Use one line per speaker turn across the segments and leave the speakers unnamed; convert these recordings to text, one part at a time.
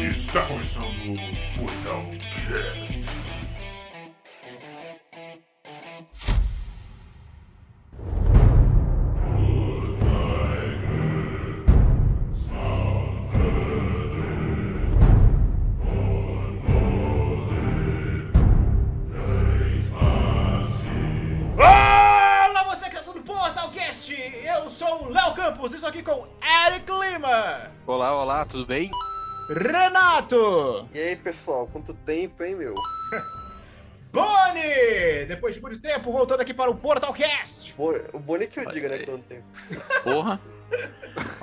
Está começando o Portal Cast.
Olá, você que está no Portalcast! Eu sou o Léo Campos e estou aqui com Eric Lima,
Olá, olá, tudo bem?
Renato,
E aí, pessoal, quanto tempo, hein, meu?
Boni! Depois de muito tempo, voltando aqui para o Portalcast!
Bo- O Boni que eu
Olha
diga, né,
aí.
quanto tempo.
Porra!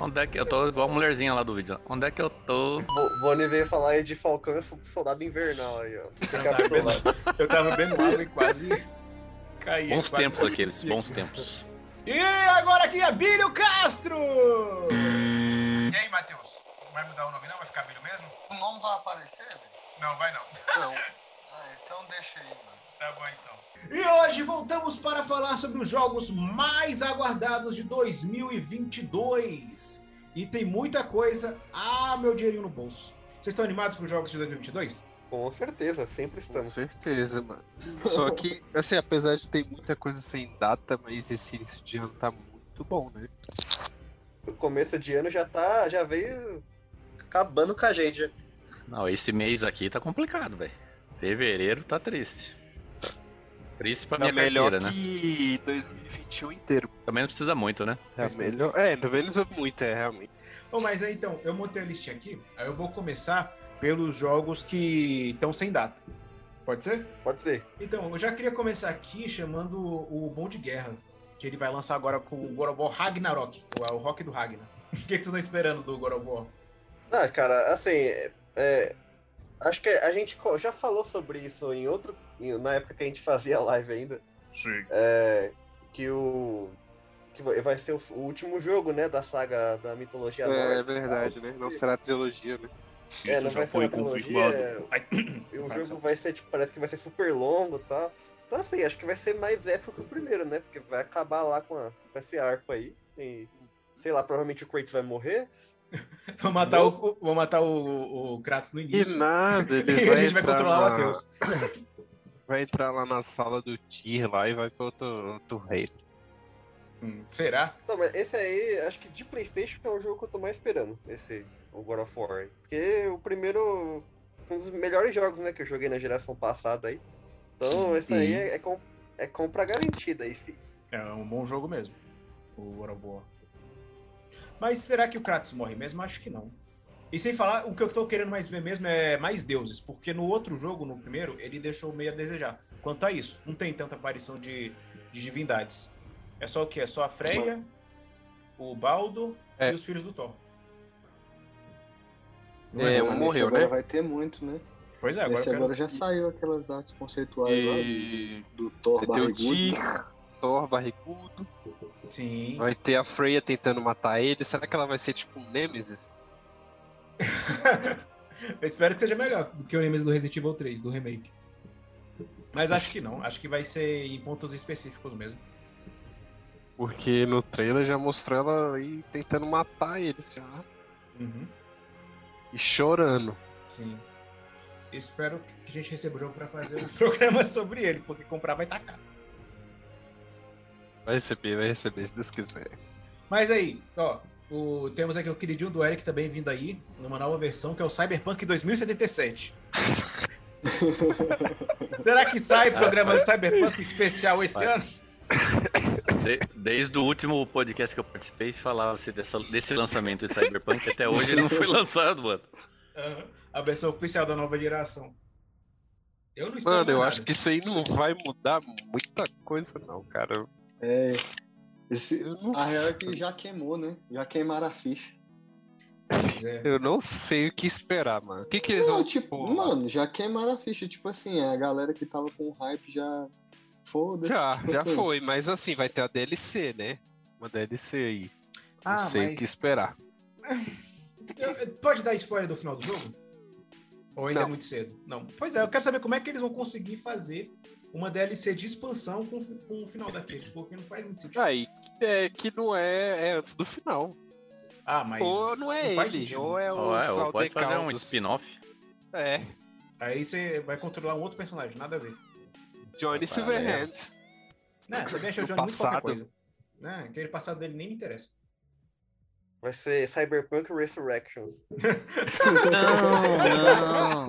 Onde é que eu tô? Igual a mulherzinha lá do vídeo. ó. Onde é que eu tô?
Bo Boni veio falar aí de Falcão e Sol- Soldado Invernal aí, ó. Recapitulando.
Eu tava bebendo água e quase caí.
Bons
quase
tempos
desci
aqueles,
aqui.
bons tempos.
E agora aqui é Bílio Castro! E aí, Matheus? Vai mudar o nome não? Vai ficar Bílio mesmo?
O nome vai aparecer? velho?
Não, vai não.
Não. Ah, então deixa aí, mano.
Tá bom então. E hoje voltamos para falar sobre os jogos mais aguardados de 2022. E tem muita coisa. Ah, meu dinheirinho no bolso. Vocês estão animados com os jogos de 2022?
Com certeza, sempre
Com
estamos.
certeza, mano. Só que, assim, apesar de ter muita coisa sem data, mas esse início de ano tá muito bom, né?
O começo de ano já tá, já veio acabando com a gente. né?
Não, esse mês aqui tá complicado, velho. Fevereiro tá triste. Triste pra minha carteira, né?
Tá que 2021 inteiro.
Também não precisa muito, né?
É melhor. É, não valorizou muito, é, realmente.
Bom, mas aí então, eu montei a listinha aqui. Aí eu vou começar pelos jogos que estão sem data. Pode ser?
Pode ser.
Então, eu já queria começar aqui chamando o Bom de Guerra, que ele vai lançar agora com o God of War Ragnarok, o, o rock do Ragnar. O que, que vocês estão esperando do God of War?
Ah, cara, assim, é- é, acho que a gente co- já falou sobre isso em outro, em- na época que a gente fazia live ainda.
Sim.
É, que o que vai vai ser o, o último jogo, né, da saga da mitologia
É,
nórdica.
verdade, né? Não será trilogia, né?
é, não vai ser uma trilogia, é, E o
Ah,
Vai,
tá.
jogo
pessoal.
vai ser, tipo, parece que vai ser super longo e tal. Então, assim, acho que vai ser mais épico que o primeiro, né? Porque vai acabar lá com, a, com esse arco aí. E, sei lá, provavelmente o Kratos vai morrer.
Vou matar, o, o- vou matar o, o Kratos no
E
início.
nada, ele
E a gente vai
tá
entrar
controlar o
na-
Matheus.
Vai entrar lá na sala do Tyr lá e vai pra outro, outro rei.
Hum, será?
Então, mas esse aí, acho que de Playstation é o jogo que eu tô mais esperando. Esse, o God of War. aí. Porque o primeiro foi um dos melhores jogos, né? Que eu joguei na geração passada aí. Então, esse aí é, é, com- é compra garantida aí, filho.
É um bom jogo mesmo. O God of War. Mas será que o Kratos morre mesmo? Acho que não. E sem falar, o que eu tô querendo mais ver mesmo é mais deuses, porque no outro jogo, no primeiro, ele deixou meio a desejar. Quanto a isso, não tem tanta aparição de, de divindades. É só o quê? É só a Freya, o Baldo
É.
e os filhos do Thor.
É, um
mas esse
morreu,
agora
né?
vai ter muito, né?
Pois é, agora
Esse
eu quero...
agora já saiu aquelas artes conceituais
E...
lá do, do Thor
Vai ter o
barrigudo.
Tyr, Thor, barrigudo.
Sim.
Vai ter a Freya tentando matar ele. Será que ela vai ser tipo um Nemesis?
Eu espero que seja melhor do que o Nemesis do Resident Evil 3, do remake. Mas acho que não. Acho que vai ser em pontos específicos mesmo.
Porque no trailer já mostrou ela aí tentando matar eles já.
Uhum,
E chorando.
Sim. Espero que a gente receba o jogo pra fazer um programa sobre ele, porque comprar vai tacar.
Vai receber, vai receber, se Deus quiser.
Mas aí, ó, o- temos aqui o queridinho do Eric também vindo aí, numa nova versão, que é o Cyberpunk 2077. Será que sai programa de Cyberpunk especial esse
Vai.
ano?
De- desde o último podcast que eu participei, falava-se dessa- desse lançamento de Cyberpunk. Até hoje ele não foi lançado, mano.
Aham, A versão oficial da nova geração. Eu não espero
Mano, eu
nada.
acho que isso aí não vai mudar muita coisa, não, cara.
É. Esse,
Eu não,
a real é que já queimou, né? Já queimaram a ficha.
Pois é.
eu não sei o que esperar, mano. O que, que eles
Não,
vão.
tipo,
pôr lá?
mano, já queimaram a ficha. Tipo assim, a galera que tava com hype já. Foda-se.
Já,
tipo
já
assim,
foi, mas assim, vai ter a DLC, né? Uma DLC aí.
Ah,
não sei
mas-
o que esperar.
Eu- eu- Pode dar spoiler do final do jogo? Ou ainda é
Não.
muito cedo? Não. Pois é, eu quero saber como é que eles vão conseguir fazer uma DLC de expansão com, fi- com o final daquele, porque não faz muito sentido.
Aí, é que não é, é antes do final.
Ah, mas.
ou não é
faz
ele,
sentido.
ou é o
Ó, é, ou pode fazer um
Saldecaus.
spin-off.
É,
Aí você vai controlar um outro personagem, nada a ver.
Johnny
Rapaz,
Silverhand.
Não, você deixa o
No
Johnny muito qualquer
passado.
coisa. Não, aquele passado dele nem me interessa.
Vai ser Cyberpunk Resurrections.
Não, não.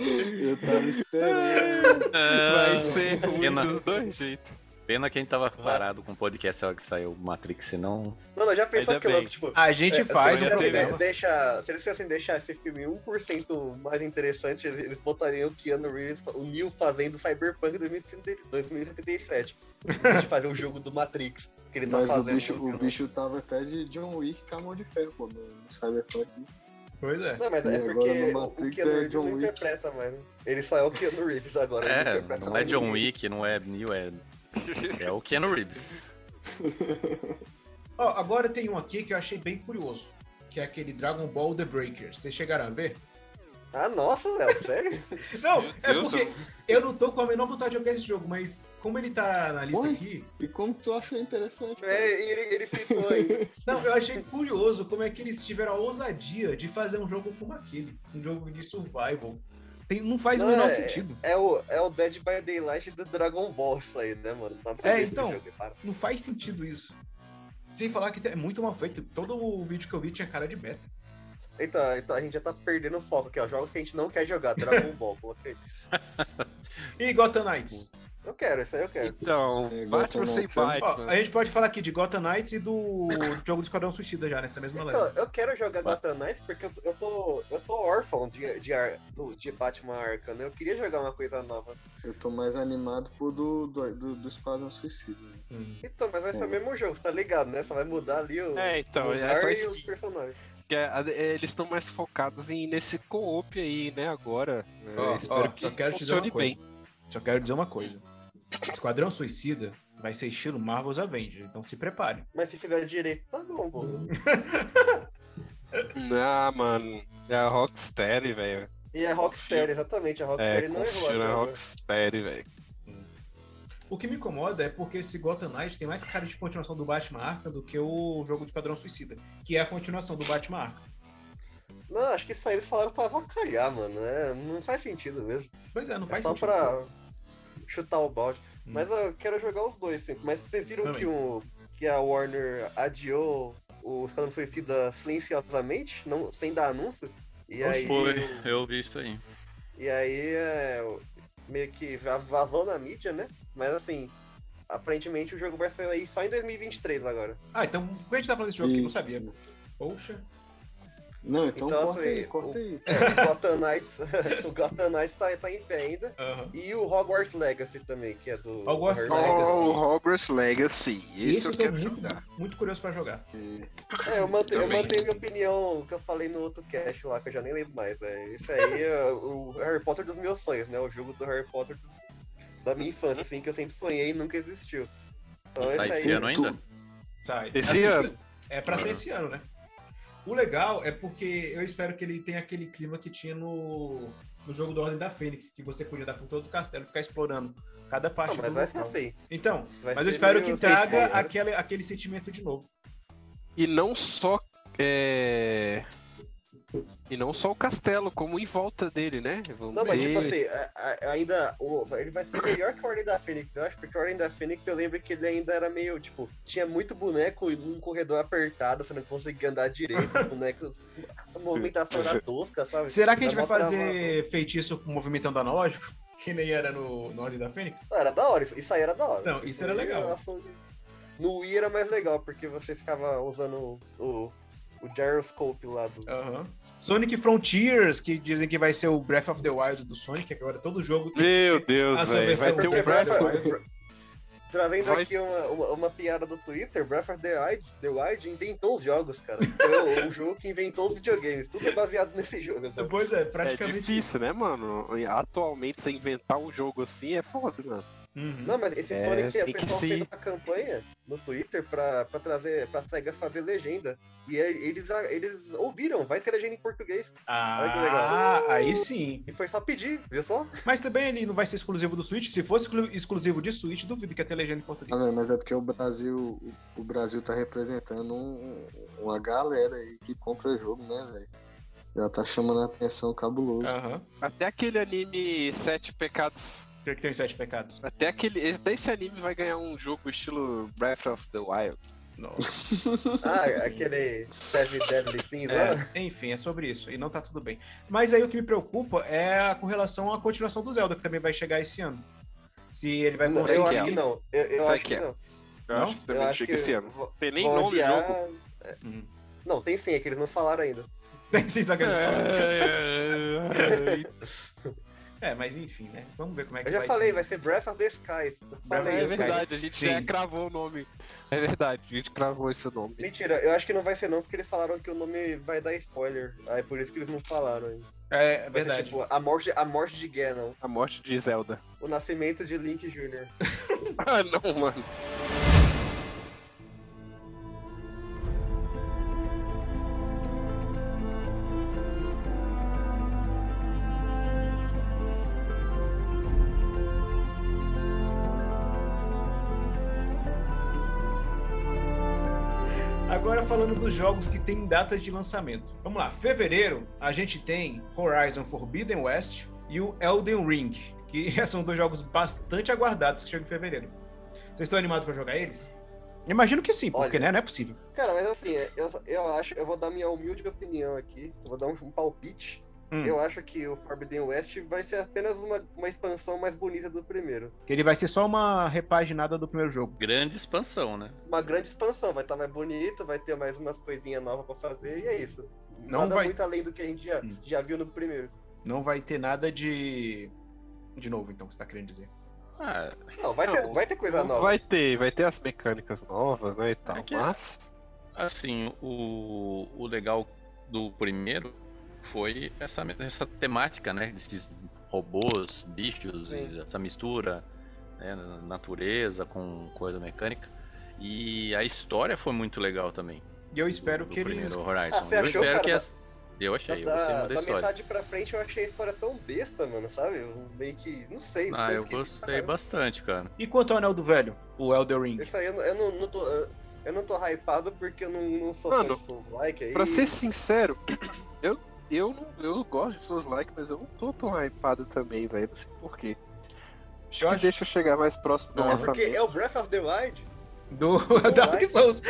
Eu tava esperando.
Vai ser ruim
Pena.
dos dois jeitos.
né? É, Pena quem tava parado com o podcast na hora que saiu o Matrix, senão.
Não, não, já pensou
Ainda
que logo,
bem.
tipo.
A gente
é,
faz
se
um
eles quisessem
programa.
deixar- se eles quisessem deixar esse filme 1% mais interessante, eles, eles botariam o Keanu Reeves, o Neil fazendo Cyberpunk 2077, 2077. Em vez de fazer o jogo do Matrix que ele tá
Mas o
fazendo.
bicho, o bicho tava até de John Wick com a mão de ferro, pô, no no Cyberpunk.
Pois é.
Não, mas
E
é
agora
porque
no
o
Matrix
Keanu
é
Reeves
John
não
Wick.
interpreta, mano. Ele só é o Keanu Reeves agora. ele
É,
interpreta
não é
mais
John
ninguém.
Wick, não é Neil, é. É o Ken Reeves.
Ó, agora tem um aqui que eu achei bem curioso, que é aquele Dragon Ball The Breaker. Vocês chegaram a ver?
Ah, nossa, Léo, sério?
Não, é
Deus,
porque eu não tô com a menor vontade de jogar esse jogo, mas como ele tá na lista
Oi?
aqui,
E como tu achou interessante, cara?
É, e ele, ele citou ainda.
não, eu achei curioso como é que eles tiveram a ousadia de fazer um jogo como aquele, um jogo de survival. Tem, não faz o
Não,
menor
é-
sentido.
É o, é o Dead by Daylight do Dragon Ball isso aí, né, mano? Tá
É,
esse
então.
jogo, para.
Não faz sentido isso. Sem falar que é muito mal feito. Todo o vídeo que eu vi tinha cara de beta.
Então, então a gente já tá perdendo o foco aqui, ó. Jogos que a gente não quer jogar, Dragon Ball, coloquei.
E Gotham Knights?
Eu quero, isso aí eu quero.
Então,
É,
Batman
Gotham
sem
Knights, né?
Ó,
Batman.
a gente pode falar aqui de Gotham Knights e do jogo do Esquadrão Suicida já, nessa mesma
Então,
leva.
eu quero jogar Gotham Knights porque eu tô, eu tô, eu tô órfão de, de, ar- do- de Batman Arkham, né? Eu queria jogar uma coisa nova.
Eu tô mais animado pro do, do, do, do Esquadrão Suicida. né?
Hum.
Então, mas vai ser o mesmo jogo, tá ligado, né? Só vai mudar ali o
É, então, é
lugar
só
e os
isso.
personagens.
que é- é, eles estão mais focados em, nesse co-op aí, né, agora. É,
Ó,
espero
ó,
que
só quero te dizer
funcione
uma coisa.
bem.
Só quero dizer uma coisa. Esquadrão Suicida vai ser estilo Marvel's Avengers, então se prepare.
Mas se fizer direito, tá bom, pô.
Ah, mano, é a Rocksteady, velho.
E é Rockstar, exatamente, a Rockstar
É,
não né? errou.
confio na
até agora.
Rocksteady, velho.
O que me incomoda é porque esse Gotham Knights tem mais cara de continuação do Batman Arkham do que o jogo do Esquadrão Suicida, que é a continuação do Batman Arkham.
Não, acho que isso aí eles falaram pra avacalhar, mano. É, não faz sentido mesmo.
Pois é, não
É
faz
só
sentido.
pra chutar o balde.
Hum.
Mas eu quero jogar os dois sempre. Mas vocês viram
Também.
que, o, que a Warner adiou o Esquadrão Suicida silenciosamente, não, sem dar anúncio? E aí,
Foi, eu vi isso aí.
e aí é, meio que já vazou na mídia, né? Mas assim, aparentemente o jogo vai sair aí só em 2023 agora.
Ah, então por que a gente tá falando desse jogo aqui?
E-
Não sabia. Poxa.
Não, então,
Então,
corta
assim,
aí, corta
o-
aí.
O Gotham Knights, o Gotham Knights tá, tá em pé ainda.
Aham.
E o Hogwarts Legacy também, que é do.
Hogwarts
do Harry
Legacy.
Oh, Hogwarts Legacy. Isso, eu
tô
quero
muito,
jogar.
muito curioso pra jogar.
É, eu mantenho, eu
Também.
mantenho minha opinião que eu falei no outro cast lá, que eu já nem lembro mais. É, isso aí é o Harry Potter dos meus sonhos, né? O jogo do Harry Potter do- da minha infância, assim, que eu sempre sonhei e nunca existiu. Então
Sai
esse
esse
aí.
ano ainda?
Sai.
Esse
Assim,
ano.
É pra ser esse ano, né? O legal é porque eu espero que ele tenha aquele clima que tinha no, no jogo da Ordem da Fênix, que você podia dar por todo o castelo e ficar explorando cada parte
Não, mas
do
vai ser
local.
assim.
Então,
Vai
mas eu
ser
espero
meio
que traga
sci-fi, né?
aquele, aquele sentimento de novo.
E não só. é, E não só o castelo, como em volta dele, né? Vamos
Não, mas tipo
ver.
assim, a- a- ainda. o- ele vai ser melhor que a Ordem da Fênix, eu acho, porque a Ordem da Fênix eu lembro que ele ainda era meio, tipo, tinha muito boneco e num corredor apertado, você não conseguia andar direito, os bonecos. A movimentação era tosca, sabe?
Será que a gente
Dá
vai
pra travar.
fazer feitiço com movimentando analógico? Que nem era no, no Ordem da Fênix?
Ah, Era da hora, isso- isso aí era da hora.
Não, isso era
aí
legal.
uma ação de- No Wii era mais legal, porque você ficava usando o, o, o gyroscope lá do.
Aham. Sonic Frontiers, que dizem que vai ser o Breath of the Wild do Sonic, que agora todo jogo tem
Meu Deus,
Essa
velho. Vai
versão
ter
do
um
Breath
Breath
of
of
the Wild.
Trazendo
Vai-
aqui uma, uma, uma piada do Twitter, Breath of the Wild, the Wild inventou os jogos, cara. Foi o, o jogo que inventou os videogames. Tudo é baseado nesse jogo. Então.
Pois é,
É
praticamente.
difícil, né, mano? Atualmente, você inventar um jogo assim é foda, mano.
Uhum.
Não, mas esse
É,
Sonic, a
tem que
pessoa
se-
fez uma campanha no Twitter pra, pra trazer, pra SEGA fazer legenda. E aí eles, eles ouviram, vai ter legenda em português. Olha que legal.
Ah, aí sim.
E foi só pedir, viu só?
Mas também ele não vai ser exclusivo do Switch. Se fosse exclu- exclusivo de Switch, duvido que ia ter legenda em
Ah,
português.
não, mas é porque o Brasil, o- um, o Brasil tá representando um- uma galera aí que compra jogo, né, velho? Já tá chamando a atenção cabuloso.
Aham.
Até aquele anime Sete Pecados.
O que, que tem os sete pecados?
Até aquele. Até esse anime vai ganhar um jogo estilo Breath of the Wild.
Nossa.
Ah, aquele Seven Deadly Sins lá.
É, enfim, é sobre isso. E não tá tudo bem. Mas aí o que me preocupa é a com relação à continuação do Zelda, que também vai chegar esse ano. Se ele vai
Não,
sei
eu
que
acho
é.
que não. Eu, eu
Sei
acho
que
que
é.
não.
Eu
Não?
acho que
Eu
também
acho
chega
que
esse ano.
vão-
Tem nem
vão
nome do
adiar-
jogo.
é.
Uhum.
Não, tem sim, é que eles não falaram ainda.
Tem sim, só que ele fala.
É,
É, mas enfim, né? Vamos ver como é que
Eu já
vai
falei,
ser.
vai ser Breath of the Sky. Falei.
of the
é
Sky.
verdade, a gente
Sim.
já cravou o nome. É verdade, a gente cravou esse nome.
Mentira, eu acho que não vai ser não, porque eles falaram que o nome vai dar spoiler. Aí por isso que eles não falaram ainda.
É, é
Vai ser,
verdade.
tipo, a morte, a morte de Ganon,
A morte de Zelda.
o nascimento de Link Jr.
Ah, não, mano.
Agora falando dos jogos que têm datas de lançamento. Vamos lá, fevereiro a gente tem Horizon Forbidden West e o Elden Ring, que são dois jogos bastante aguardados que chegam em fevereiro. Vocês estão animados pra jogar eles? Imagino que sim, porque
Olha.
né, não é possível.
Cara, mas assim, eu, eu acho, eu vou dar minha humilde opinião aqui, eu vou dar um, um palpite.
Hum.
Eu acho que o Forbidden West vai ser apenas uma, uma expansão mais bonita do primeiro.
Ele vai ser só uma repaginada do primeiro jogo.
Grande expansão, né?
Uma grande expansão, vai estar mais bonito, vai ter mais umas coisinhas novas pra fazer, e é isso.
Não
Nada
vai,
muito além do que a gente já,
Hum.
já viu no primeiro.
não vai ter nada de. De novo, então, que você tá querendo dizer.
Ah,
Não, vai,
Não,
ter, vai ter coisa nova.
Vai ter, vai ter as mecânicas novas, né? E tal,
É que-
mas.
assim, o, o legal do primeiro foi essa, essa temática, né? Desses robôs, bichos, e
Sim.
essa mistura, né? natureza com coisa mecânica. E a história foi muito legal também.
E eu espero
do, do
que eles.
primeiro Horizon.
Ah, você
eu
achou,
espero
cara,
que
da-
as... Eu achei, eu gostei
da,
muito da
da
história.
metade pra frente eu achei a história tão besta, mano, sabe? Eu meio que. tá- Não sei.
Ah, eu
esqueci pra
gostei
caramba.
bastante, cara.
E quanto ao Anel do Velho? O Elden Ring.
Isso aí eu, não- eu não, não tô. Eu não tô hypado porque eu não, não sou
Mano,
fã de Souls like aí.
Pra ser sincero, eu, eu, não- eu gosto de seus likes, mas eu não tô tão hypado também, velho. Não sei porquê. Acho que
Eu acho-
deixa eu chegar mais próximo do
Não,
É porque
lançamento.
é o Breath of the Wild.
Do Dark Souls.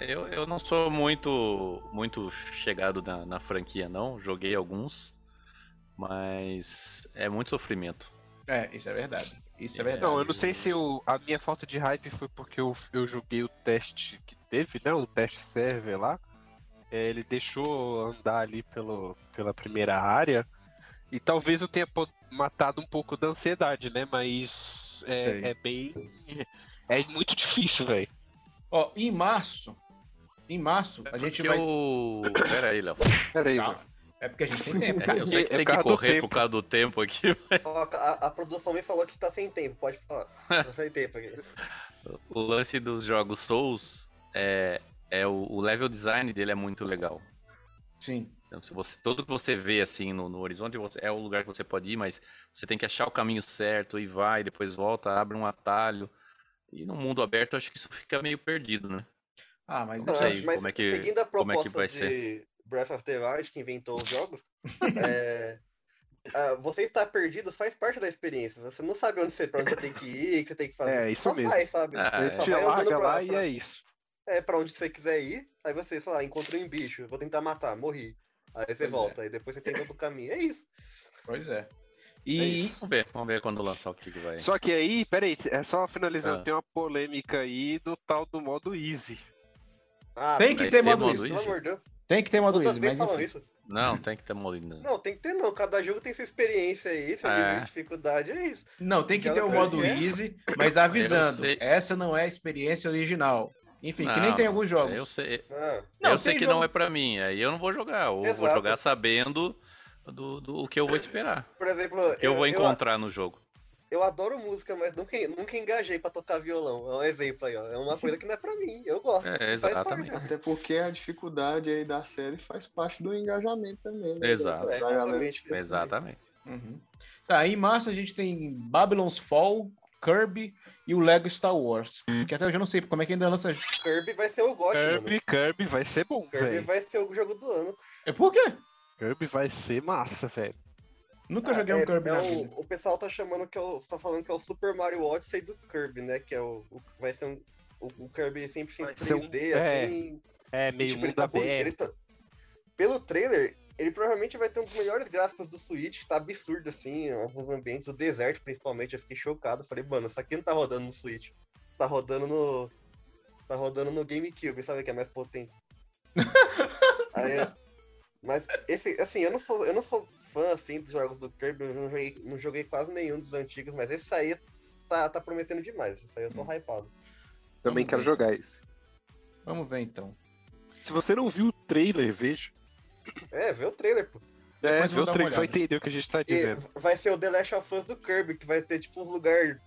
Eu, eu não sou muito muito chegado na, na franquia, não. Joguei alguns, mas é muito sofrimento.
É, isso é verdade. Isso é verdade.
Não, eu não sei se o- a minha falta de hype foi porque eu, eu joguei o teste que teve, né? O teste server lá. É, ele deixou andar ali pelo, pela primeira área. E talvez eu tenha po- matado um pouco da ansiedade, né? Mas
Sei.
é, é bem. É muito difícil, velho.
Ó, em março, em março, a gente
É Porque
vai.
o... Pera aí, Léo.
Pera aí,
Calma.
mano.
É porque a gente tem tempo.
É, eu sei que tem
É por
que
causa do
correr
tempo.
por causa do tempo aqui.
Ó, a, a produção me falou que tá sem tempo, pode falar. Tá sem tempo aqui.
O lance dos jogos Souls é, é o, o level design dele é muito legal.
Sim.
Então, se você, tudo que você vê assim no, no horizonte você- é o lugar que você pode ir, mas você tem que achar o caminho certo e vai, depois volta, abre um atalho. E no mundo aberto, eu acho que isso fica meio perdido, né?
Ah, mas
Não
não
sei.
sei.
como é que-
seguindo a
como é que
proposta
vai
de
ser.
Breath of the Wild, que inventou os jogos, é, ah, você estar perdido faz parte da experiência. Você não sabe onde você, pra onde você tem que ir, o que você tem que fazer.
É,
Você
isso
só
mesmo.
Vai, sabe?
Ah,
Você
é.
só
Te
vai andando pra-
larga lá e
pra-
é isso.
É, pra onde você quiser ir, aí você, sei lá, encontrei um bicho, vou tentar matar, morri. Aí você
Pois
volta, aí depois você tem outro caminho. É isso.
Pois é.
É
E
isso. Vamos ver, vamos ver quando lançar o que, que vai.
Só que aí, peraí, é só finalizando,
Ah.
tem uma polêmica aí do tal do modo easy.
Ah,
tem que
vai
ter
ter
modo
modo
Easy.
easy?
Pelo amor de Deus.
Tem que ter modo
Todas
Easy,
vezes
mas
falam
enfim.
isso.
Não, tem que ter molido. né?
Não, tem que ter não. Cada jogo tem sua experiência aí, seu
É.
nível de dificuldade, é isso.
Não, tem que ter o
Então,
modo
é.
Easy, mas avisando.
sei.
Essa não é a experiência original. Enfim, que nem
Não,
tem alguns jogos.
Eu sei,
Ah,
Não,
eu sei
tem
que não
jogo-
é pra mim, aí eu não vou jogar. Ou vou
Exato.
jogar sabendo do, do- o que eu vou esperar.
por exemplo,
o que eu, vou encontrar no jogo.
Eu, adoro música, mas nunca, nunca engajei pra tocar violão. É um exemplo aí, ó. É uma coisa que não é pra mim. Eu gosto.
É,
faz
exatamente.
parte. né?
Até porque a dificuldade aí da série faz parte do engajamento também. né?
Exato.
Da
É,
galera.
exatamente.
Exatamente.
Uhum. Tá, em março a gente tem Babylon's Fall, Kirby e o Lego Star Wars.
Hum.
Que até hoje eu não sei como é que ainda lança.
Kirby vai ser o GOT, mano.
Kirby, Kirby vai ser bom,
Kirby é
velho.
vai ser o jogo do ano.
É por quê?
Kirby vai ser massa, velho.
Ah,
Nunca joguei
É,
um Kirby
é
na
o-
vida.
O pessoal tá chamando que é o. tá falando que é o Super Mario Odyssey do Kirby, né? Que é o. o- vai ser um. O, o Kirby sempre sem
Vai ser um-
3D,
é,
assim.
É, meio
tipo, ele
mundo
tá bonito, ele
aberto.
tá- Pelo trailer, ele provavelmente vai ter um dos melhores gráficos do Switch, tá absurdo, assim, alguns ambientes, o deserto principalmente, eu fiquei chocado. Falei, mano, isso aqui não tá rodando no Switch. Tá rodando no. Tá rodando no GameCube, sabe que é mais potente. Aí, mas esse, assim, eu não sou, eu não sou fã assim dos jogos do Kirby, eu não joguei, não joguei quase nenhum dos antigos, mas esse aí tá, tá prometendo demais. Esse aí eu tô
Hum.
Também
hypado.
tá
Também
quero
quero jogar isso.
Vamos ver então.
Se você não viu o trailer, veja.
É, vê o trailer, pô.
É,
Depois eu
vê
vou
o
dar uma
trailer, você vai
olhada.
entender o que a gente tá
E
dizendo.
vai ser o The Last of Us do Kirby, que vai ter tipo uns lugares.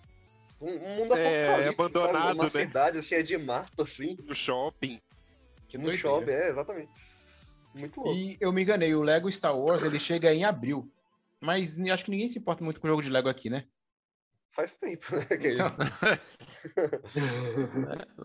Um um mundo
É,
apocalíptico,
abandonado,
sabe? Uma
né?
cidade cheia de mato, assim,
No shopping.
Que
um
no
doideira.
shopping, é, exatamente. Muito louco.
E eu me enganei, o Lego Star Wars ele chega em abril. Mas ni- acho que ninguém se importa muito com o jogo de Lego aqui, né?
Faz tempo, né? que-
Então,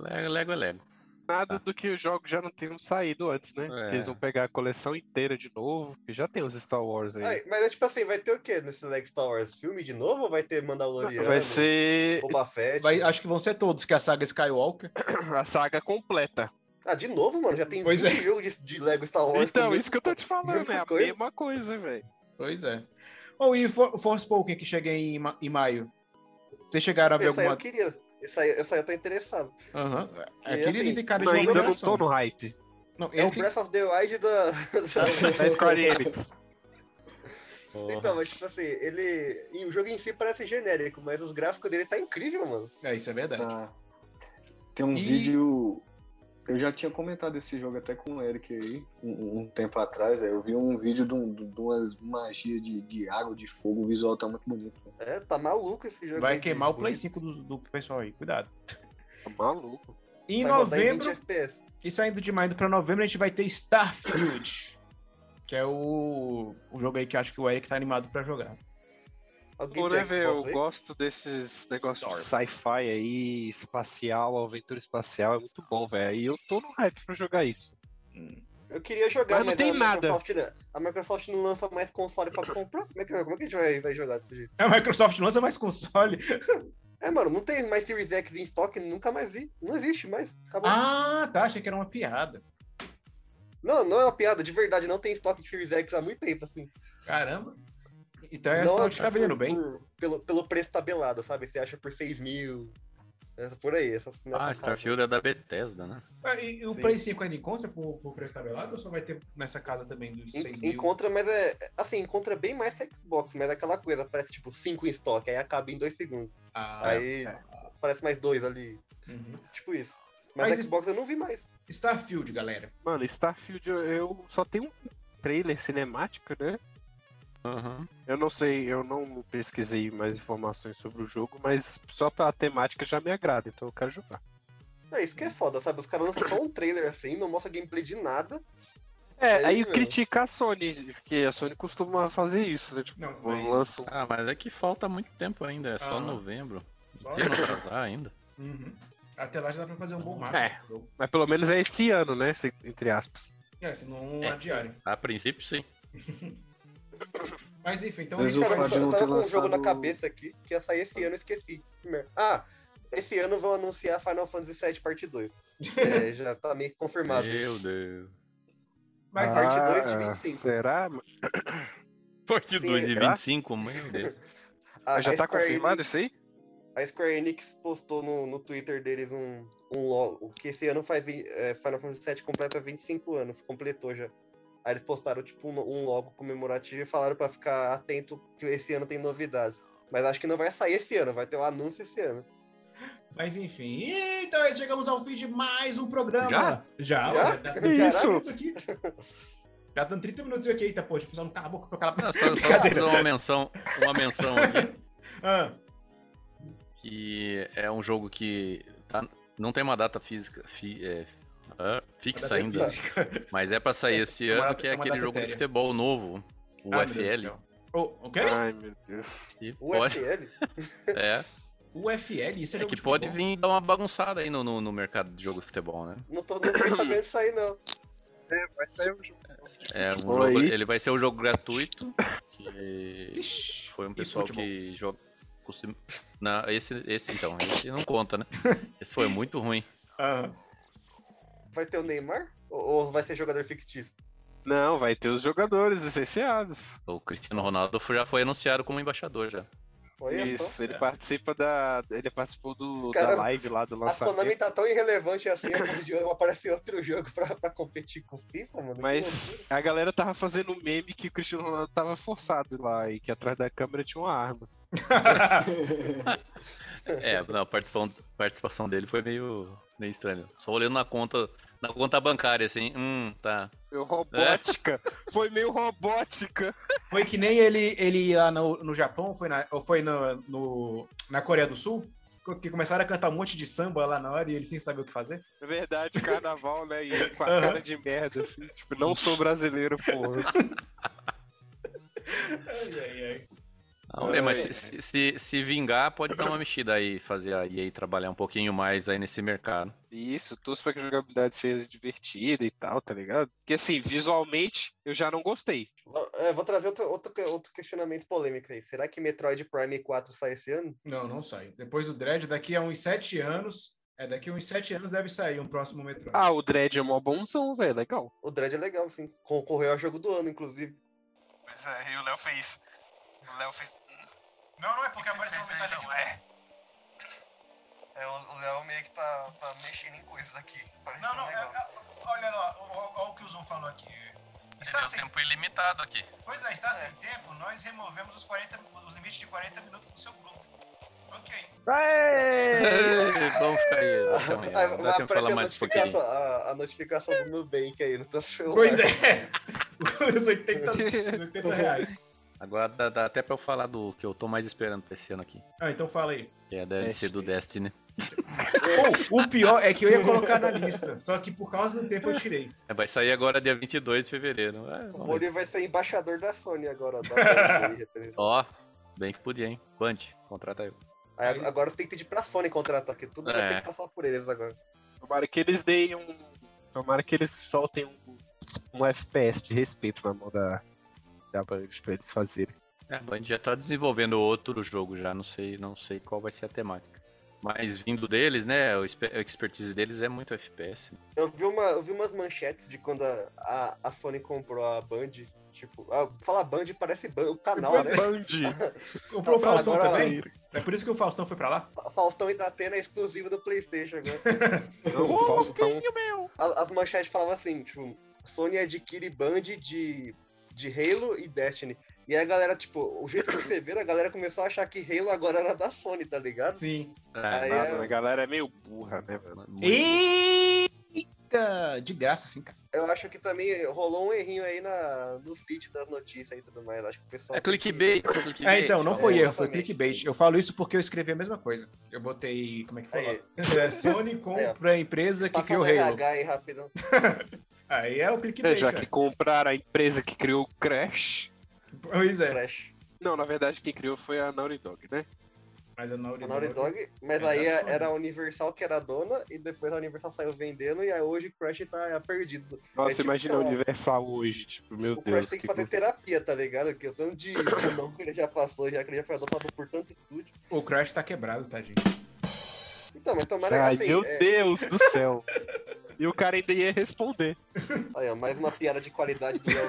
Lego, Lego é Lego.
Nada do que os jogos já não tenham saído antes, né?
É.
Porque Eles vão pegar a coleção inteira de novo, porque já tem os Star Wars aí.
Ai, mas é tipo assim, vai ter o que nesse Lego Star Wars? Filme de novo ou vai ter Mandaloriano?
Então vai ser
Boba Fett?
vai- acho que vão ser todos, que é a saga Skywalker.
a saga completa.
Ah, de novo, mano? Já tem
Pois é.
20 jogos de, de Lego Star Wars.
então,
com
isso que eu tô te falando,
Mesma
é a
coisa.
mesma coisa, velho.
Pois é. Ou e For Forspoken, que chega em, ma- em maio. Vocês chegaram a ver
Esse aí
alguma
eu queria. Esse aí, esse aí eu tô interessado.
Aham. É,
Que,
Aquele
assim,
ele tem cara de
Mas
uma
ainda não
geração.
tô no hype.
Não,
É
eu
o
que-
Breath of the Wild da.
Da Square Enix.
Então, mas tipo assim, ele. E o jogo em si parece genérico, mas os gráficos dele tá incrível, mano.
É, isso é verdade.
Tá. Tem um
E-
vídeo. Eu já tinha comentado esse jogo até com o Eric aí, um, um tempo atrás. Aí eu vi um vídeo de, um, de umas magias de, de água, de fogo. O visual tá muito bonito. né?
É, tá maluco esse jogo.
Vai
aí,
queimar o
de-
Play 5 do, do pessoal aí, cuidado.
Tá maluco.
Em
vai rodar em 20
novembro,
FPS.
e saindo de maio pra novembro, a gente vai ter Starfield. que é o, o jogo aí que acho que o Eric tá animado pra jogar.
Alguém
Pô,
tem
né, velho? Eu
Xbox aí?
gosto desses negócios de sci-fi aí, espacial, aventura espacial, é muito bom, velho. E eu tô no hype pra jogar isso.
Eu queria jogar,
Mas não tem
a
nada.
Microsoft, a Microsoft não lança mais console pra comprar. Como é que, como é que a gente vai, vai jogar desse jeito?
A Microsoft lança mais console.
É, mano, não tem mais Series X em estoque, nunca mais vi. Não existe mais. Acabou.
Ah, tá. Achei que era uma piada.
Não, não é uma piada, de verdade, não tem estoque de Series X há muito tempo, assim.
Caramba. Então essa
não,
não, tá vendendo
por-
bem.
por- pelo, pelo preço tabelado, sabe? Você acha por 6 mil. essa- Por aí, essas. nessa
Ah,
faixa.
Starfield é da Bethesda, né?
Ah, E, e o
Sim.
Play 5 ainda encontra por, por preço tabelado ou só vai ter nessa casa também dos
En-
6 mil?
Encontra, mas é. Assim, encontra bem mais que Xbox, mas é aquela coisa, parece tipo 5 em estoque, aí acaba em 2 segundos.
Ah,
aí
é.
parece mais dois ali.
Uhum.
Tipo isso. Mas,
Mas
Xbox eu não vi mais.
Starfield, galera.
Mano, Starfield, eu- eu só tenho um trailer cinemático, né?
Aham.
Eu não sei, eu não pesquisei mais informações sobre o jogo, mas só pela temática já me agrada, então eu quero jogar.
É isso que é foda, sabe? Os caras lançam só um trailer assim, não mostra gameplay de nada.
É,
É
aí
isso mesmo.
criticar a Sony, porque a Sony costuma fazer isso, né? Tipo,
Não, mas-
lança um...
Ah, mas é que falta muito tempo ainda, é só
Ah.
novembro.
Só-
Se não atrasar ainda.
Uhum. Até lá já dá pra fazer um bom marketing.
É.
pro jogo.
Mas pelo menos é esse ano, né? Se- Entre aspas.
É, senão
É.
adiarem.
A princípio, sim.
Mas enfim, então
Mas
a gente
o
Cara,
vai...
fato- de
eu
não
tava
ter
com um jogo na
lançado-
cabeça aqui que ia sair esse ano eu esqueci. Merda. Ah, esse ano vão anunciar Final Fantasy VII Parte 2. É, já tá meio confirmado.
Meu Deus.
Mas
Ah.
tá-
parte
a gente-
dois de 25.
Será?
Parte
Sim,
2 de
será?
25, meu Deus.
A-
já
a
tá
Square
confirmado isso aí?
A Square Enix postou no, no Twitter deles um, um logo, que esse ano faz vi- é, Final Fantasy VII completa 25 anos, completou já. Aí eles postaram tipo um, um logo comemorativo e falaram pra ficar atento que esse ano tem novidades. Mas acho que não vai sair esse ano, vai ter um anúncio esse ano.
Mas enfim. Então aí chegamos ao fim de mais um programa.
Já?
Já?
Já?
ó, tá-
Que
Caraca,
isso?
aqui. Já estão 30 minutos aqui, eita, pô, tipo, só não cala a boca pra eu calar.
Não, só, só fazer uma menção, uma menção aqui.
Ah,
Que é um jogo que tá- não tem uma data física fi- é, ah, fixa
data
ainda,
física.
mas é pra sair esse
É uma
ano,
data-
que é
é uma
aquele
data
jogo de
etérea.
futebol novo, o
Ah, meu Deus do
UFL.
céu. Oh, ok?
Ai, meu Deus.
que
O
pode-
FL?
é,
UFL, isso é, um
É
jogo
que
de
pode
futebol?
vir dar uma bagunçada aí no, no, no mercado de jogo de futebol, né?
Não tô nem sabendo disso aí, não.
vai sair um jogo.
É,
tipo,
um
Futebol
jogo-
aí.
ele vai ser um jogo gratuito. Que
Ixi,
foi um
e
pessoal
futebol?
que joga. costuma- Não, esse, esse então, esse não conta, né? Esse foi muito ruim.
Ah,
Vai ter o Neymar? Ou, ou vai ser jogador fictício?
Não, vai ter os jogadores licenciados.
O Cristiano Ronaldo já foi anunciado como embaixador já.
Olha só.
Isso, ele participa da. Ele participou do,
Cara,
da live lá do
A Konami
lançamento.
tá tão irrelevante assim, a todo dia aparece outro jogo pra, pra competir com o FIFA, mano. que loucura.
Mas a galera tava fazendo um meme que o Cristiano Ronaldo tava forçado lá e que atrás da câmera tinha uma arma.
É, não, a participação, participação dele foi meio, meio estranha. Só olhando na conta, na conta bancária, assim, hum, tá.
Meio robótica.
É.
Foi meio robótica.
Foi que nem ele, ele lá no, no Japão, foi na, ou foi na- no, na Coreia do Sul, que começaram a cantar um monte de samba lá na hora e ele sem saber o que fazer.
Na É verdade, carnaval, né? E ele com a cara de merda, assim. Tipo, não sou brasileiro, porra.
Ai, ai, ai.
Não, é, mas se, se, se- se vingar, pode dar uma mexida aí, fazer a EA trabalhar um pouquinho mais aí nesse mercado.
Isso, torço pra que a jogabilidade seja divertida e tal, tá ligado? Porque assim, visualmente eu já não gostei.
É, vou trazer outro, outro, que- outro questionamento polêmico aí. Será que Metroid Prime 4 sai esse ano?
Não, não sai. Depois do Dread, daqui a uns sete anos. É, daqui a uns sete anos deve sair um próximo metrô.
Ah, o Dread é mó bonzão, velho, legal.
O Dread é legal, sim. Concorreu ao jogo do ano, inclusive.
Pois é, e o Léo fez. O Léo fez.
não, não é porque
é.
É, o o Léo meio que tá, tá mexendo em coisas aqui. Parece
Não, é, não,
legal.
olha lá, olha o que o Zoom falou aqui.
um tempo ilimitado aqui.
Pois é, está sem tempo, nós removemos os, 40, os limites de 40 minutos do seu grupo. Ok.
É, Vamos ficar aí. até amanhã.
Aí
Dá tempo de falar
Ah, a
mais um pouquinho.
notificação, a, a notificação do Nubank aí no teu celular.
Pois é. Os 80, os 80 reais.
Agora dá, dá até pra eu falar do que eu tô mais esperando pra esse ano aqui.
Ah, então fala aí.
Que é a DLC do Destiny.
Ou, o pior é que eu ia colocar na lista, só que por causa do tempo eu tirei.
É, vai sair agora dia 22 de fevereiro. É,
O
vamos ver.
Mori vai ser embaixador da Sony agora. Da Sony, aí,
Ó, bem que podia, hein? Band, contrata eu.
Aí, agora você tem que pedir pra Sony contratar, porque tudo vai
É.
ter que passar por eles agora.
Tomara que eles deem um. Tomara que eles soltem um, um FPS de respeito na mão da. Da Band pra eles fazerem.
É, a Band já tá desenvolvendo outro jogo já, não sei, não sei qual vai ser a temática. Mas vindo deles, né, o expe- a expertise deles é muito FPS.
Eu vi, uma, eu vi umas manchetes de quando a, a, a Sony comprou a Band. Tipo, a, fala Band parece ban- o canal,
Pois
né?
Band!
Comprou o Faustão
Agora-
também? É por isso que o Faustão foi pra lá?
Fa- Faustão e Datena é exclusivo do PlayStation agora.
Não, um o Faustão.
A- As manchetes falavam assim: tipo, Sony adquire Band de, de Halo e Destiny. E aí a galera, tipo, o jeito que escreveram, a galera começou a achar que Halo agora era da Sony, tá ligado?
Sim.
Aí
É,
é-
Mano, a galera é meio burra, né, velho?
muito-
Eita! De graça, assim, cara.
Eu acho que também rolou um errinho aí na, no feed das notícias e tudo mais. Acho que o pessoal.
é clickbait, clickbait.
É, então, não foi
É,
erro, foi
exatamente.
clickbait. Eu falo isso porque eu escrevi a mesma coisa. Eu botei. Como é que foi?
Aí.
É, Sony compra a empresa que
Passa
criou
um
o Halo.
RH aí rapidão.
Aí é o
É,
clickbait.
já
né?
que compraram a empresa que criou o Crash.
Pois é.
Crash.
Não, na verdade, quem criou foi a Naughty Dog, né?
Mas a Naughty
A Naughty
Dog-
Dog, mas
É
aí
da Sony.
era a Universal que era a dona, e depois a Universal saiu vendendo, e aí hoje o Crash tá perdido.
Nossa,
É tipo,
imagina
sei
a
lá,
Universal hoje, tipo, meu
O Crash
Deus.
tem que
que
fazer
coisa.
terapia, tá ligado? Que o tanto de de não que ele já passou, já que ele já foi adotado por tanto estúdio.
O Crash tá quebrado, tadinho.
Então, mas tomara
Ai,
assim,
meu
é,
Deus do céu. E o cara ainda ia responder.
aí, ó, mais uma piada de qualidade do Léo.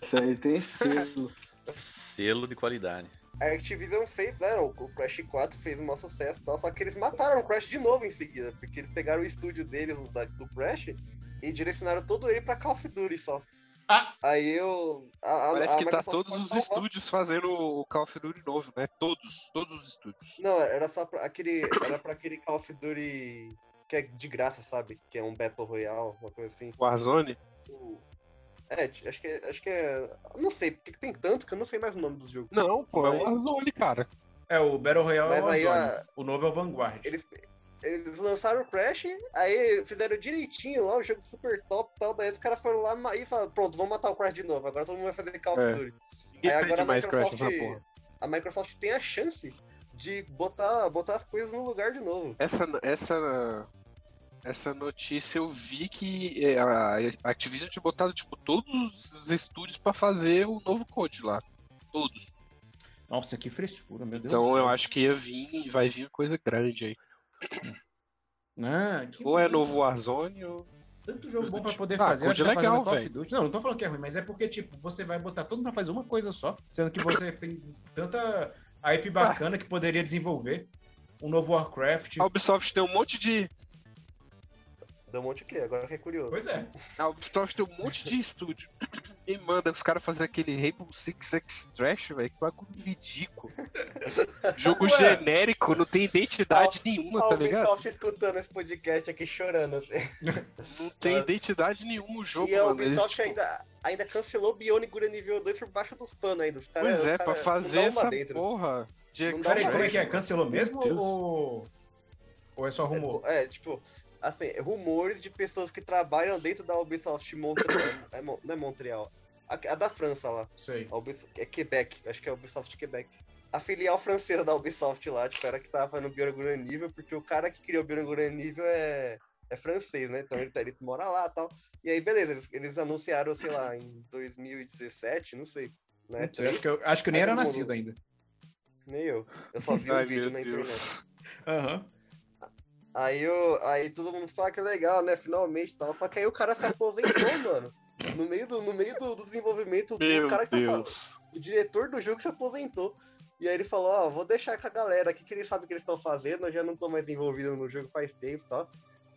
Isso aí tem selo.
Selo de qualidade.
A Activision fez, né? O o Crash 4 fez um maior sucesso e tal, só que eles mataram o Crash de novo em seguida, porque eles pegaram o estúdio deles, o da- do Crash, e direcionaram todo ele pra Call of Duty só.
Ah!
Aí eu. a- a-
Parece
a
que tá
Microsoft
todos
pode
os
salvar
estúdios fazendo o Call of Duty novo, né? Todos, todos os estúdios.
Não, era só pra aquele. Era pra aquele Call of Duty que é de graça, sabe? Que é um Battle Royale, uma coisa assim.
Warzone?
Hum.
O- É, t- acho que é. Acho que é. Não sei, porque que tem tanto que eu não sei mais o nome dos jogos.
Não, pô, é o
Mas-
Warzone, cara.
É, o Battle Royale é
Mas
o
aí
Warzone.
a-
O novo é o Vanguard.
Eles, eles lançaram o Crash, aí fizeram direitinho lá, o jogo super top e tal. Daí os caras foram lá ma- e falaram, pronto, vamos matar o Crash de novo, agora todo mundo vai um fazer Call of
É.
Duty.
Ninguém
Aí agora
aprende
a
mais Crash
Microsoft,
nessa porra.
a Microsoft tem a chance de botar, botar as coisas no lugar de novo.
Essa, essa, essa notícia eu vi que é, a a Activision tinha botado tipo, todos os estúdios pra fazer o novo code lá. Todos.
Nossa, que frescura, meu Deus.
Então eu acho que ia vir, vai vir coisa grande aí.
Ah, que
Ou é novo Warzone ou.
Tanto jogo bom pra poder
Ah,
fazer, acho
Code
que tá
é
fazendo
legal,
Call of
velho.
Duty. Não, não tô falando que é ruim, mas é porque, tipo, você vai botar tudo pra fazer uma coisa só, sendo que você tem tanta
Ah.
IP bacana que poderia desenvolver. Um novo Warcraft.
A Ubisoft tem um monte de.
Dá um monte o quê? Agora fiquei curioso.
Pois é.
A Ubisoft tem um monte de estúdio. E manda os caras fazer aquele Rainbow Six Extraction, velho. Que bagulho ridículo. Jogo
Ué.
genérico, não tem identidade nenhuma, tá
Alguém
ligado?
só se escutando esse podcast aqui chorando. Assim.
Não tem
Ah.
identidade nenhuma o jogo,
e é a
mano. Eles,
Ubisoft
tipo,
ainda, ainda cancelou Bionic Gura nível 2 por baixo dos panos ainda. Os cara,
Pois é,
os né? cara
pra
não
fazer
dá uma
essa
dentro. tipo,
porra de
Não dá
Peraí,
uma
como é
Extraction.
que é? Cancelou mesmo
Deus.
ou... ou é só rumor?
É, tipo, assim, rumores de pessoas que trabalham dentro da Ubisoft Montreal. é Mon- não é Montreal. A, a da França lá.
Sei.
A Ubis- é Quebec. Acho que é a Ubisoft Quebec. A filial francesa da Ubisoft lá, tipo, era que tava no Biogura Nível, porque o cara que criou o Biogura Nível é, é francês, né? Então ele, tá, ele mora lá e tal. E aí, beleza, eles, eles anunciaram, sei lá, em 2017, não sei.
Não
Né?
sei, acho, que eu, acho que eu nem
É
era
rumor.
nascido ainda.
Nem eu. Eu só vi o
Ai,
vídeo
meu
na internet.
Deus.
Aham.
Aí, eu, aí todo mundo fala que é legal, né? Finalmente e tal. Só que aí o cara se aposentou, mano. No meio do, no meio do, do desenvolvimento,
Meu
o cara que tá falando,
Deus.
o diretor do jogo se aposentou. E aí ele falou, ó, vou deixar com a galera aqui que eles sabem o que eles estão fazendo, eu já não tô mais envolvido no jogo faz tempo e tal.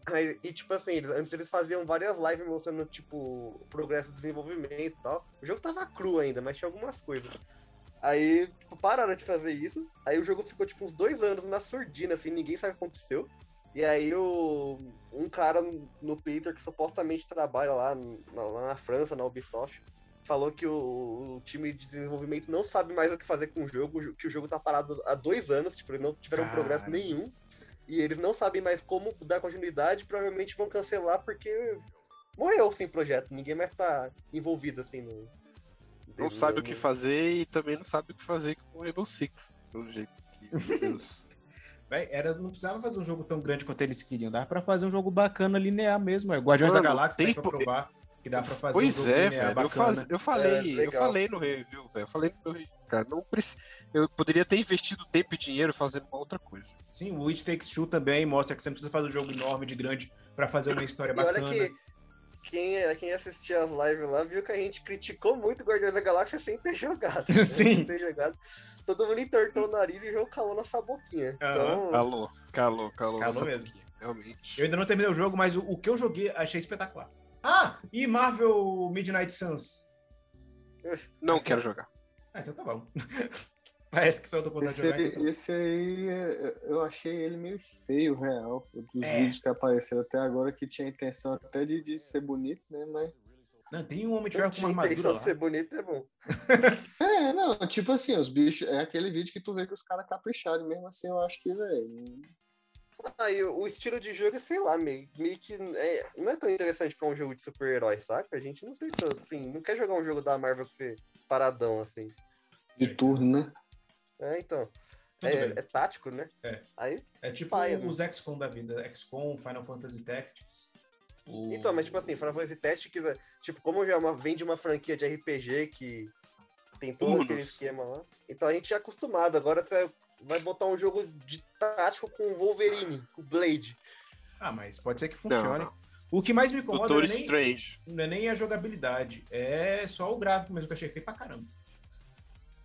Aí, e tipo assim, eles- antes eles faziam várias lives mostrando, tipo, o progresso do desenvolvimento e tal. O jogo tava cru ainda, mas tinha algumas coisas. Aí, tipo, pararam de fazer isso. Aí o jogo ficou, tipo, uns dois anos na surdina, assim, ninguém sabe o que aconteceu. E aí o, um cara no Twitter que supostamente trabalha lá, no- na- lá na França, na Ubisoft, falou que o, o time de desenvolvimento não sabe mais o que fazer com o jogo, que o jogo tá parado há dois anos, tipo, eles não tiveram
Caralho.
progresso nenhum. E eles não sabem mais como dar continuidade, provavelmente vão cancelar porque morreu sem projeto, ninguém mais tá envolvido assim no.
Não sabe o que fazer e também não sabe o que fazer com o Rainbow Six. Pelo jeito que. Meu Deus.
Véi, era, não precisava fazer um jogo tão grande quanto eles queriam. Dava pra fazer um jogo bacana, linear mesmo. É Guardiões
Mano,
da Galáxia tem
tem
pra
po-
provar que dá pra fazer um
pois
jogo
é,
linear
velho. Eu,
bacana.
faz- eu falei, eu
legal.
falei no review, velho. Eu falei no meu review, cara. Não preci... Eu poderia ter investido tempo e dinheiro fazendo uma outra coisa.
Sim, o It Takes Two também mostra que você não precisa fazer um jogo enorme de grande pra fazer uma história
E olha
bacana.
que quem, quem assistia as lives lá viu que a gente criticou muito Guardiões da Galáxia sem ter jogado. né?
Sim.
Sem ter jogado. Todo mundo entortou o nariz e o jogo calou nossa boquinha.
Aham.
Então,
Calou, calou, calou.
Calou
essa
mesmo.
boquinha, Realmente.
Eu ainda não terminei o jogo, mas o, o que eu joguei achei espetacular. Ah, e Marvel Midnight Suns.
Não quero jogar.
Ah, então tá bom. Parece que só eu tô podendo
Esse,
jogar.
aí-
então tá bom.
esse aí, é- eu achei ele meio feio, real. Dos
É.
vídeos que apareceram até agora, que tinha a intenção até de, de ser bonito, né? Mas.
Não, tem um Homem de
não
Ferro com uma armadura
tinha intenção
lá.
de ser bonito, é bom.
É, não, tipo assim, os bichos. É aquele vídeo que tu vê que os caras capricharam, mesmo assim, eu acho que, velho.
Aí o estilo de jogo, sei lá, meio, meio que é- não é tão interessante pra um jogo de super-herói, saca? A gente não tem tanto, assim, não quer jogar um jogo da Marvel que você paradão, assim.
De turno, né?
É, então.
Tudo
É,
bem.
é tático, né?
É.
Aí,
É tipo
Paia, né?
os XCOM da vida. XCOM, Final Fantasy Tactics. o-
então, mas tipo assim, Final Fantasy Tactics, é- tipo, como já é uma, vem de uma franquia de RPG que tem todo
Turnos.
aquele esquema lá, então a gente já é acostumado. Agora você vai botar um jogo de tático com Wolverine, com Blade.
Ah, mas pode ser que
Não,
funcione.
não.
O que mais me incomoda não
Doutor
é, nem,
Strange.
não é nem a jogabilidade. É só o gráfico mesmo que eu achei feio pra caramba.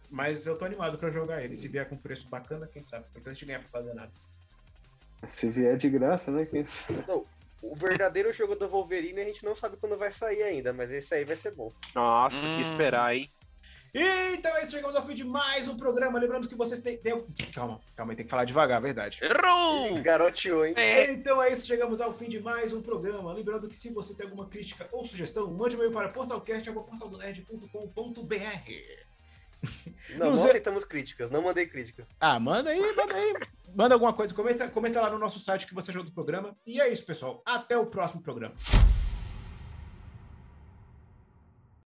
Mas eu tô animado pra jogar ele. Se vier com preço bacana, quem sabe? Então a gente ganha pra fazer nada.
Se vier de graça, né? Quem sabe?
O verdadeiro jogo do Wolverine a gente não sabe quando vai sair ainda, mas esse aí vai ser bom.
Nossa,
Hum.
que esperar, hein?
Então é isso, chegamos ao fim de mais um programa. Lembrando que vocês têm. têm- Calma, calma aí, tem que falar devagar, verdade.
Errou!
Garoteou, hein?
Então é isso, chegamos ao fim de mais um programa. Lembrando que se você tem alguma crítica ou sugestão, mande um e-mail para portalcast.portaldonerd.com.br.
Não,
Nos
não
e-
aceitamos críticas, não mandei crítica.
Ah, manda aí, manda aí. Manda alguma coisa, comenta, comenta lá no nosso site o que você achou do programa. E é isso, pessoal. Até o próximo programa.